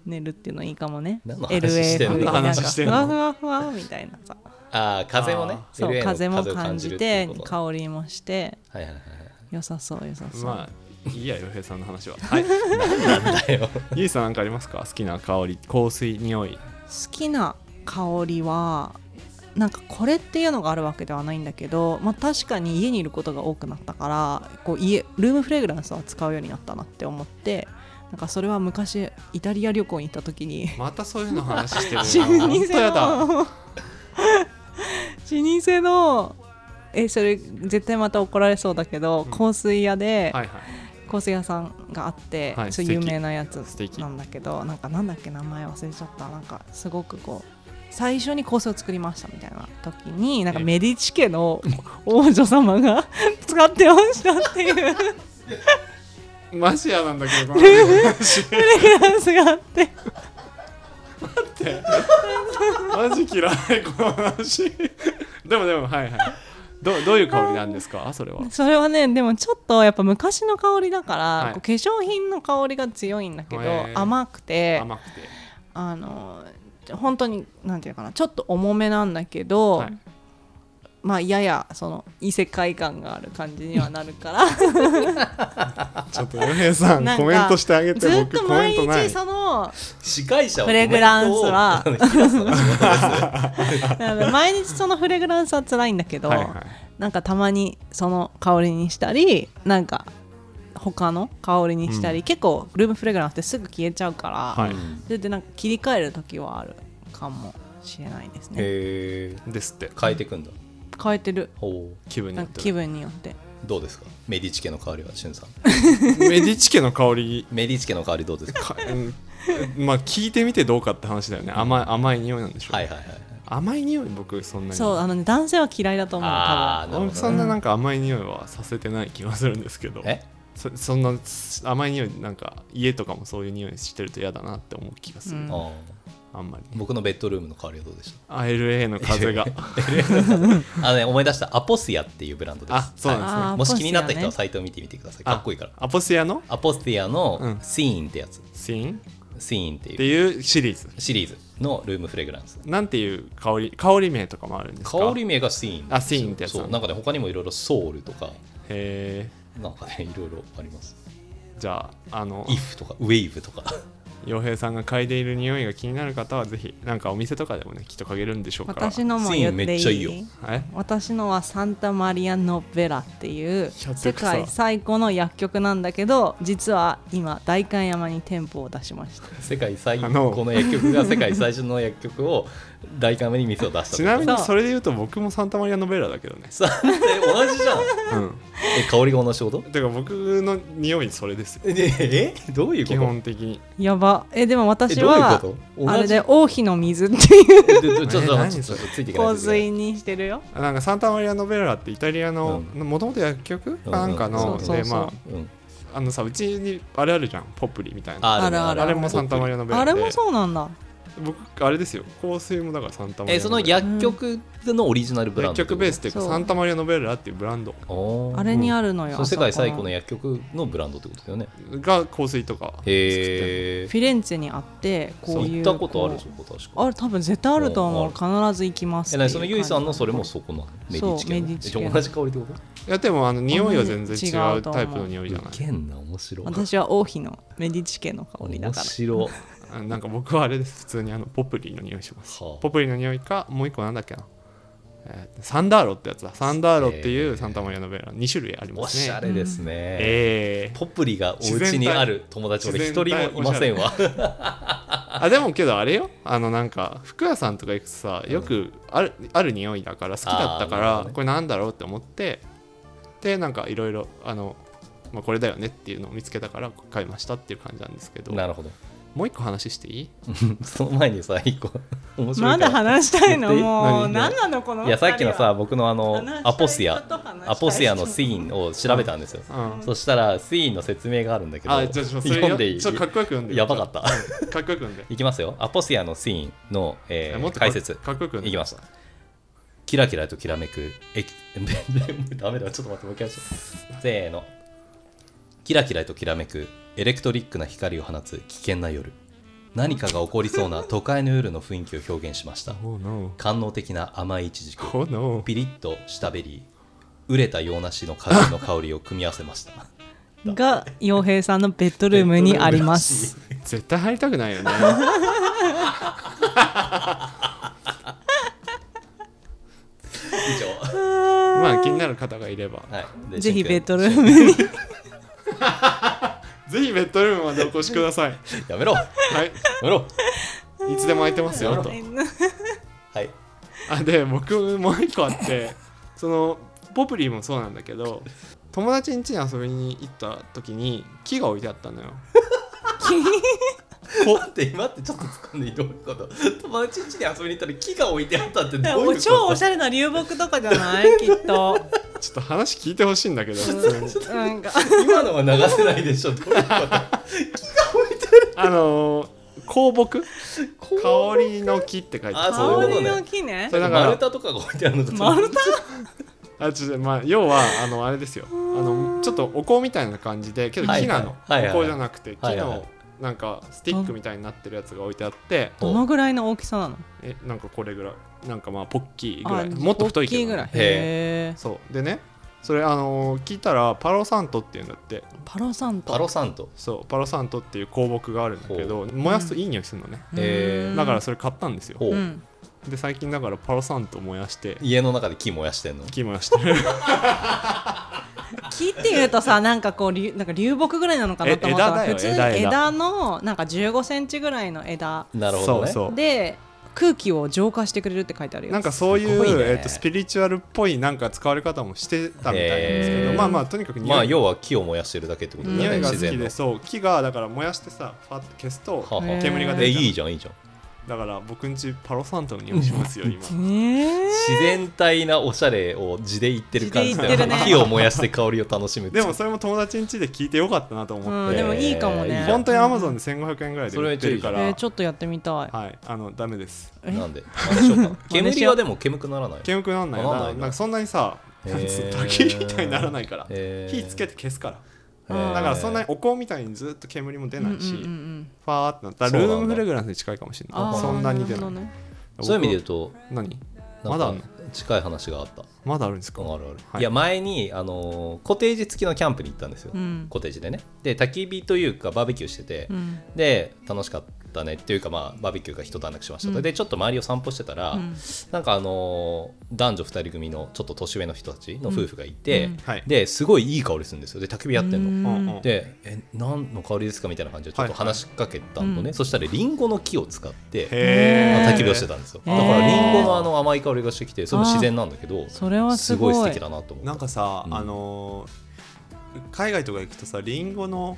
S3: 寝るっていうのいいかもね
S1: 何の話してんの
S3: LA 風
S5: 何の
S3: なん
S5: 話
S3: か
S5: してん
S3: ふ
S5: の
S3: わふわふわみたいなさ
S1: ああ風もね
S5: あ
S3: そう
S1: LA の
S3: 風も
S1: を
S3: 感じ
S1: ってい
S3: て
S1: うこと
S3: 香りもして
S1: はいはいはい
S3: 良さそう良さそう、
S5: まあいいや洋平さんの話は はい
S1: はい だよ
S5: ゆいさんなんかありますか好きな香り香水匂い
S3: 好きな香りはなんかこれっていうのがあるわけではないんだけど、まあ、確かに家にいることが多くなったからこう家ルームフレグランスは使うようになったなって思ってなんかそれは昔イタリア旅行に行った時に
S5: またそういうの話してる
S3: 中
S5: な本
S3: 二
S5: 当や
S3: 性
S5: だ
S3: の中二性のえそれ絶対また怒られそうだけど、
S5: うん
S3: 香水屋で、
S5: はいはい
S3: 香水屋さんがあって、
S5: はい
S3: そう
S5: 素
S3: 有
S5: 敵
S3: 名なやつ
S5: 素敵
S3: なんだけどなんかなんだっけ名前忘れちゃったなんかすごくこう最初に香水を作りましたみたいな時になんか
S5: え
S3: メディチ家の王女様が 使ってましたっていうフ
S5: マジやなん だけどこの話
S3: レグランスがあって
S5: マジ嫌いこの話でもでもはいはいどどういう香りなんですかそれは
S3: それはねでもちょっとやっぱ昔の香りだから、
S5: はい
S3: こう化粧品の香りが強いんだけど
S5: へー
S3: 甘くて
S5: 甘くて
S3: あの本当になんていうのかなちょっと重めなんだけど、
S5: はい
S3: まあややその異世界感がある感じにはなる から
S5: ちょっと洋平さん
S3: なんか
S5: コメントしてあげて
S3: ずっ
S5: 僕
S3: と
S5: コメ
S3: 毎
S5: ントない
S3: 日その
S1: 司会者は
S3: フレグランス は
S1: コメントを引き出すのが仕事
S3: あの毎日そのフレグランスは辛いんだけど、
S5: はいはい
S3: なんかたまにその香りにしたりなんか他の香りにしたり、結構ルームフレグランスってすぐ消えちゃうから、
S5: はい
S3: それでなんか切り替える時はあるかもしれないですね
S1: へえ
S5: ですって
S1: 変えていくんだ
S3: 変えてる
S1: ほ
S5: 気分に
S3: な
S5: よ
S3: ん
S5: っ
S3: か
S5: て
S3: 気
S5: ね
S3: 分によって
S1: うどうですかメディチ家の香りはしゅんさ ん
S5: メディチ家の香り
S1: メディチ家の香りどうですか
S5: か、うん、まあ聞いてみてどうかって話だよね甘い甘い匂いなんでしょう、
S1: はいはいはいはい
S5: 甘い匂い僕そんなに
S3: そうあの、ね、男性は嫌いだと思う多
S1: あーなるほ
S5: 僕そ
S1: ど
S5: ん
S1: ね
S5: ななんか甘い匂いはさせてない気がするんですけど
S1: え
S5: そそんな甘い匂いなんか家とかもそういう匂いしてると嫌だなって思う気がする、
S3: うん
S1: あー
S5: あんまりね
S1: 僕のベッドルームの香りはどうでした
S5: あ LA の 風が
S1: あのね思い出したアポスアっていうブランドです
S5: あそうなんですね
S3: あー
S1: もし気になった人
S3: アポ
S1: は
S3: ス
S1: サイトを見てみてください
S5: あ
S1: かっこいいから
S5: アポスヤの
S1: アポスティアの
S5: うん
S1: シーンってやつ、
S5: シーンっ
S1: シーンって
S5: て
S1: いう
S5: いうシリーズ
S1: シリーズのルームフレグランス
S5: なんていう香り香り名とかもあるんですか
S1: 香り名がシーン
S5: あシーンってやつ
S1: そうなんかね他にもいろいろソウルとか
S5: へ
S1: なんかねいろいろあり ます
S5: ーじゃああの
S1: イフとかウェイブと か
S5: 洋平さんが嗅いでいる匂いが気になる方はぜひなんかお店とかでもねきっと嗅げるんでしょうから
S3: 私のも言ってい
S1: 繊維めっ
S3: い
S1: ちゃいいよ
S5: はい
S3: 私のはサンタマリア・ノベラっていう
S5: や
S3: 世
S5: で
S3: 界
S5: かさ
S3: 最古の薬局なんだけど実は今代官山に店舗を出しました
S1: 世界最
S5: あの
S1: 高の薬局が世界最初の薬局を大カメに店を出した
S5: ちなみに
S3: そう
S5: それで言うと僕もサンタマリア・ノベラだけどね
S1: さあえ同じじゃん
S5: うん
S1: え香りが同じこと
S5: だから僕の匂いそれですよ
S1: えええどういうこ
S5: 基
S1: と
S5: 本的に
S3: やばえでも
S1: え
S3: 私
S1: どういう
S3: は
S1: こと同
S3: あれ
S1: じ
S3: で王妃の水っていう
S1: えちょちょちょちょ
S5: 何
S1: ちょ
S5: それ
S1: ちょついていけない
S3: 洪
S1: ついていけ
S3: 水にしてるよ
S5: なんかサンタマリア・ノベラってイタリアの
S1: う
S5: もともと薬局かなんか
S1: う
S5: の
S1: ん
S5: で
S3: そうそうそう
S5: ま
S1: ないうん
S5: ああのさうちにあれあるじゃんポプリみたいな
S1: あ
S3: あるあ
S5: あれもサンタマリア・ノベラ
S3: あ
S5: で
S3: れもそうなんだ
S5: 僕あれですよ香水もだからサンタマリア・
S1: えその薬局のオリジナルブラン
S5: 薬
S1: ドって
S5: 局
S1: こと
S5: ベースっていうか
S3: そう
S5: サンタマリア・ノベラっていうブランド
S1: おー
S3: あれにあるのよ、
S1: そう
S3: あそ
S1: 世
S3: この
S1: 界最古の薬局のブランドってことだよね
S5: が香水とか
S1: へえ
S3: フィレンツェにあってこうい
S1: 行
S3: う
S1: ったことあるで
S3: こ
S1: しょ確
S3: う
S1: か
S3: ある多分絶対あると思う
S1: うん
S3: 必ず行きま
S1: え
S3: すって
S1: なにそ
S3: いう
S1: のゆいさんのそれも
S3: 感じ
S1: そこなのメデ
S3: そう
S1: ィチ家の
S3: メディチ家の
S1: えじゃあ同じ香りってこと
S5: いやでもあの匂いは全然違
S3: あんまり違う
S5: う
S3: と思う
S5: タイプの匂いじゃない
S1: ウケんな面白い
S3: 私は王妃のメディチ家の香りだ
S1: 面
S3: から
S1: 白い
S5: あなんか僕はあれです普通にあのポプリの匂いします
S1: はあ
S5: ポプリの匂いかもう一個なんだっけな、えーサンダーロってやつだサンダーロっていうサンタマリア・ノベラ2種類あり
S1: お
S5: ますね
S1: しゃれですね
S5: ええ
S1: ポプリがお家にある友達俺一人もいませんわ
S5: あでもけどあれよあのなんか服屋さんとか行くとさよくある,、ある匂いだから好きだっ
S1: あーな
S5: たか
S1: るほ
S5: ら、
S1: どね
S5: これなんだろうって思ってでなんかいろいろあの、まあ、これだよねっていうのを見つけたから買いましたっていう感じなんですけど
S1: なるほど
S5: もう一個話していい
S1: その前にさ一個面白
S3: ま
S1: いか
S3: だ
S1: ら
S3: 話したいの
S1: 言って
S3: もう
S5: 何
S3: 何なのこの
S1: いやさっきのさ
S3: 二
S1: 僕のあの
S3: 話したい
S1: アポスヤ
S3: 人と話したい人
S1: アポスヤのシーンを調べたんですよ
S5: うん
S1: そしたらスイーンの説明があるんだけど
S5: あじゃあちょっとそれ
S1: 読んでいい
S5: ちょっとかっこよく読んで
S1: やばかった
S5: うんかっこよく読んで
S1: いきますよアポスヤのシーンの、えー
S5: もっとかっ
S1: 解説
S5: かっこよく読んで
S1: いきますキラキラときらめく 液ダメだちょっと待ってもう一回やっちゃうせーのキラキラときらめくエレクトリックな光を放つ危険な夜何かが起こりそう な都会の夜の雰囲気を表現しました
S5: Oh no.
S1: 官能的な甘いイチジク
S5: Oh no.
S1: ピリッとしたベリー熟れた洋梨の風の香りを組み合わせました
S3: 人が洋平さんのベッドルームにあります
S5: 絶対入りたく ないよね。
S1: 以上
S5: まあ気になる方がいれば。
S1: はいで
S3: ぜひ
S1: シンくん
S3: ベッドルームに
S5: ぜひベッドルームまでお越しくださ い。
S1: やめろや
S5: はい。
S1: めろ
S5: いつでも空いてますよと。
S1: はい
S5: あで僕もう一個あってそのポプリもそうなんだけど友達ん家に遊びに行った時に木が置いてあったのよ。
S1: こ待って待ってちょっと突っ込んでいいどういうこと友達ん家に遊びに行ったら木が置いてあったってどういうこと
S3: 超おしゃれな流木とかじゃないきっと
S5: ちょっと話聞いてほしいん だけど普通に。
S3: なんか
S1: 今のは流せないでしょどういうこと
S5: あのー香木香りの木って書いて
S1: あそう
S3: 香
S1: いうこと
S3: り
S1: ね
S3: の木ね
S5: それだから
S1: 丸太とかが置いてあるのと
S3: 丸太
S5: あちょっとまあ要はあのあれですよあのちょっとお香みたいな感じでけど
S1: はい
S5: 木なの、
S1: はいはい
S5: お香じゃなくて木
S1: はいはい
S5: のなんかスティックみたいになってるやつが置いてあって、
S3: どのぐらいの大きさなの
S5: えなんかこれぐらいなんかまあポッキーぐ
S3: あ
S5: らいもっと太いけ
S3: 大
S5: ど
S3: きいぐらい
S1: へ
S3: へえ
S5: そうでねそれあのー聞いたらパロサントっていうんだって
S3: パロサン
S1: パ
S3: ト
S1: ロサント
S5: そうパロサントっていう香木があるんだけど燃やすといい匂いするのね、
S1: えー
S5: だからそれ買ったんですよ
S1: ほう、
S3: うん
S5: で最近だからパロサント燃やして
S1: 家の中で木燃やしてんの
S5: 木燃やしてる
S3: 木っていうとさなんかこうりゅなんか流木ぐらいなのかなと思ったら
S5: え
S3: 普通
S5: 枝だよ枝枝
S3: 枝のなんか1 5センチぐらいの枝
S1: なるほどね
S5: そうそう
S3: で空気を浄化してくれるって書いてあるよ
S5: なんかそうい、
S1: すごいうね
S5: えっとスピリチュアルっぽいなんか使われ方もしてたみたいなんですけ
S1: へ
S5: ど
S1: ー
S5: まあまあとにかく匂い,、
S1: まあ要は木を燃やしてるだけってことだよ
S5: 匂
S1: ね
S5: いが好
S1: 自
S5: き
S1: 然の
S5: でそう木がだから燃やしてさファッと消すと
S1: はあはあ
S5: 煙が出
S1: え
S5: る
S1: いいじゃんいいじゃん
S5: だから僕んちパロサントの匂い しますよ今
S3: えー
S1: 自然体なおしゃれを地で言ってる感じ
S3: 地で言って
S1: で、
S3: るね
S1: 火を燃やして香りを楽しむってい
S5: で
S1: う
S5: もそれも友達ん家で聞いてよかったなと思って、
S3: うん、でもいいかも
S1: え
S3: ね
S1: ー
S5: 本当にアマゾンで1500円ぐらいで
S1: それ
S5: 売
S1: め
S5: っ
S1: っちゃ
S5: て
S1: いい
S5: る
S1: じゃ
S5: か
S1: ん
S5: ら
S3: えーちょっとやってみたい、
S5: はいあのダメです
S3: え
S1: なんで真似しようか煙はでも煙くならない
S5: 煙くなんないよ
S1: あな
S5: な
S1: んない
S5: ん
S1: んだ
S5: かそんなにさ
S1: へー
S5: なんつうの焚き火みたいにならないから
S1: へー
S5: 火つけて消すから
S1: へー
S5: だからそんなにお香みたいにずっと煙も出ない
S3: う
S5: し、
S3: んうんうん
S5: ファーってなったら
S1: そう
S5: ル
S1: なんだ
S5: ームフレグランスに近いかもしれな
S3: あ
S5: い
S3: ー
S5: そんなに出
S3: る
S5: な
S3: ほ
S5: い
S3: どね
S1: そういう意味で言うと
S5: 僕何
S1: な
S5: まだあ
S1: ん
S5: んの
S1: か近い話があった
S5: まだあるんですか
S1: あるある、
S5: はい
S1: い、や前に、あのーコテージ付きのキャンプに行ったんですよ、
S3: うん
S1: コテージでねで焚き火というかバーベキューしてて、
S3: うん
S1: で楽しかったねっていうか、まあ、バーベキューが一段落しましたと、
S3: うん
S1: でちょっと周りを散歩してたら、
S3: うん
S1: なんかあのー男女2人組のちょっと年上の人たちの夫婦がいて、
S3: うん
S5: はい
S1: ですごいいい香りするんですよで焚き火やってんの、
S3: うん
S5: うんうん
S1: で「え何の香りですか?」みたいな感じでちょっと話しかけたのね、
S3: はいはい
S1: そしたらリンゴの木を使って
S5: へー
S1: 焚き火をしてたんですよ
S3: へ
S1: だ
S3: ー
S1: からリンゴのあの甘い香りがしてきてそれも自然なんだけど
S3: それはすごい
S1: すごい素敵だなと思
S5: な
S1: っ
S5: ん
S1: て
S5: かさ、
S1: うん
S5: あのー海外とか行くとさリンゴの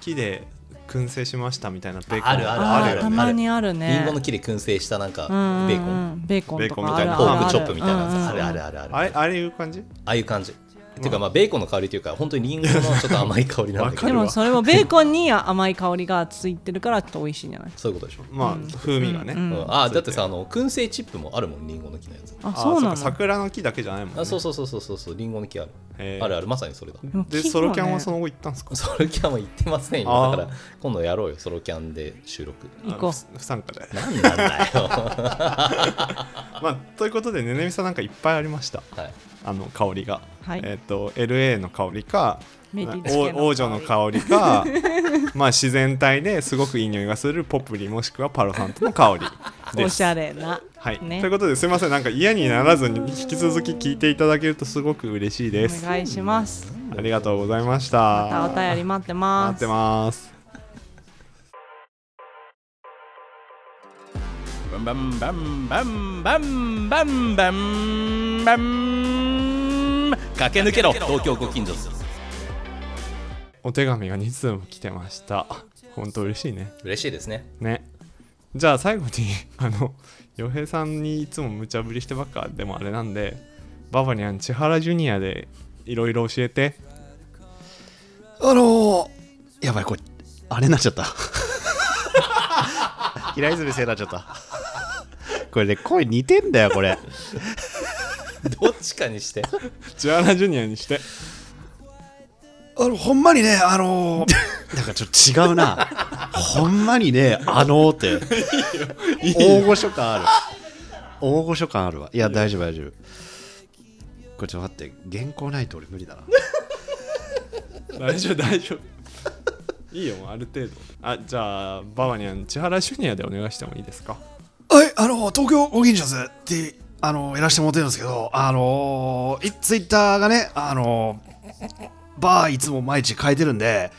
S5: 木で燻製しましたみたいなベーコン
S1: あるある
S3: あ
S1: あ
S3: ー
S1: るよ
S3: た
S1: ね
S3: まにあるね
S1: リンゴの木で燻製したなんか
S3: うん
S1: ベーコン、
S3: ンベーコンとか
S5: ベーコンみたいな
S3: あ
S1: ポ
S3: るある
S1: ークチョップみたいなやつ、
S3: うんうんうん
S1: あるあるあるある
S5: あれあれいう感じ
S1: ああいう感じ。っていうかまあベーコンの香りというか本当にリンゴのちょっと甘い香りなんだけ
S5: わ
S3: で
S5: かる
S1: ど
S3: もそれもベーコンに甘い香りがついてるからちょっと美味しいんじゃない
S1: そういうことでしょ。
S5: まあ、
S3: うん
S5: 風味がね、
S1: うん
S3: うん
S1: ああだってさあの燻製チップもあるもんリンゴの木のやつ。
S3: あ
S5: あ
S3: そうな
S5: そっ
S3: の
S5: か桜の木だけじゃないもん、ね、
S1: あそうそうそうそうそうそうリンゴの木ある。
S5: へー
S1: あるあるまさにそれだ。
S3: でも
S5: で
S3: 木
S5: ソロキャンは
S3: ね
S5: その後行ったんですか
S1: ソロキャンは行ってません
S5: あ
S1: よ
S5: ー
S1: だから今度やろうよソロキャンで収録。
S3: 行こう
S5: あの不不参加で
S1: なんなんだよ。
S5: まあということでねねみさんなんかいっぱいありました
S1: はい。
S5: あの香りが、
S3: はい
S5: えっ、と LA の香りか
S3: メディチ
S5: お
S3: ケ
S5: 王女の香 りかまあ自然体ですごくいい匂いがするポプリもしくはパロサントの香りで
S3: お
S5: す
S3: しゃれな
S5: はい、
S3: ね
S5: ということですいませんなんか嫌にならずに引き続き聞いていただけるとすごく嬉しいで
S3: お
S5: すあ
S3: 願いします
S5: りがとうございました
S3: またお便り待ってます
S5: 待ってます
S4: バンバンバンバンバンバンバン駆け抜けろ東京ご近所ズ
S5: お手紙が2通も来てました本当嬉しいね
S1: 嬉しいですね。
S5: ねじゃあ最後にあの洋平さんにいつも無茶ぶりしてばっかでもあれなんでババニャン千原ジュニアでいろいろ教えて
S2: あのー、やばい、これ、あれになっちゃった。 平泉聖になっちゃった。これね、声似てんだよ、これ。
S1: どっちかにして。
S5: 千原ジュニアにして
S2: あの、ほんまにね、あのー、なんかちょっと違うな。ほんまにね、あのーって。大御所感ある。大御所感あるわ。いや、大丈夫、大丈夫。これちょっと待って、原稿ないと俺無理だな。
S5: 大丈夫大丈夫いいよもうある程度あじゃあババニャン千原ジュニアでお願いしてもいいですか
S6: はい、あの、東京ご近所ズって、あの、やらせてもらってるんですけど、あの、いツイッターがね、あの、バーいつも毎日変えてるんで、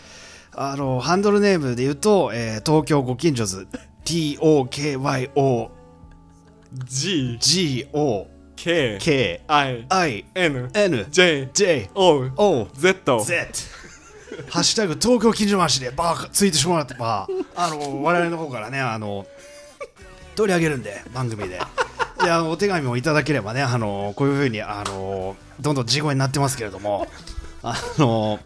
S6: あの、ハンドルネームで言うと、えー東京ご近所ズ TOKYOGO
S5: GKIN
S6: KINJO
S5: JOZZ
S6: ハッシュタグ東京近所話でバーツイートしてもらってば、あの我々の方からね、あの取り上げるんで、番組で。いや、お手紙もいただければね、あのこういうふうに、あのどんどん事故になってますけれども、あの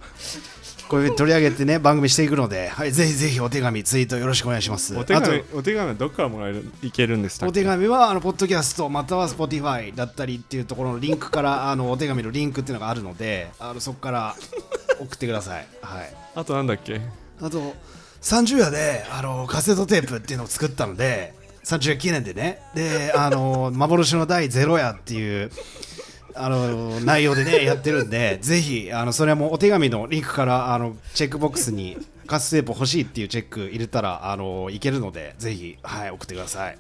S6: こういうふうに取り上げてね、番組していくので、はい、ぜひぜひお手紙、ツイートよろしくお願いします。
S5: お手
S6: あと
S5: 紙お手紙はどっからもらえるいけるんですか
S6: お手紙はあのポッドキャストまたは Spotify だったりっていうところのリンクからあのお手紙のリンクっていうのがあるのであのそこから送ってください。はい、
S5: あとなんだっけ
S6: あと30夜であのカセットテープっていうのを作ったので30夜記念でねであの幻の第0夜っていうあの内容でねやってるんでぜひあのそれもお手紙のリンクからあのチェックボックスにカセットテープ欲しいっていうチェック入れたらあのいけるのでぜひ、はい、送ってください。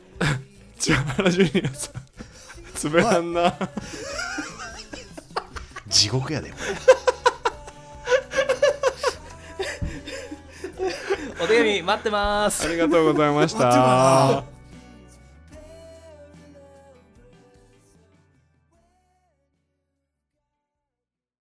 S5: 千原ジュニアさんつぶらんな
S6: 地獄やでこれ
S1: お手紙待ってます
S5: あ。りがとうございました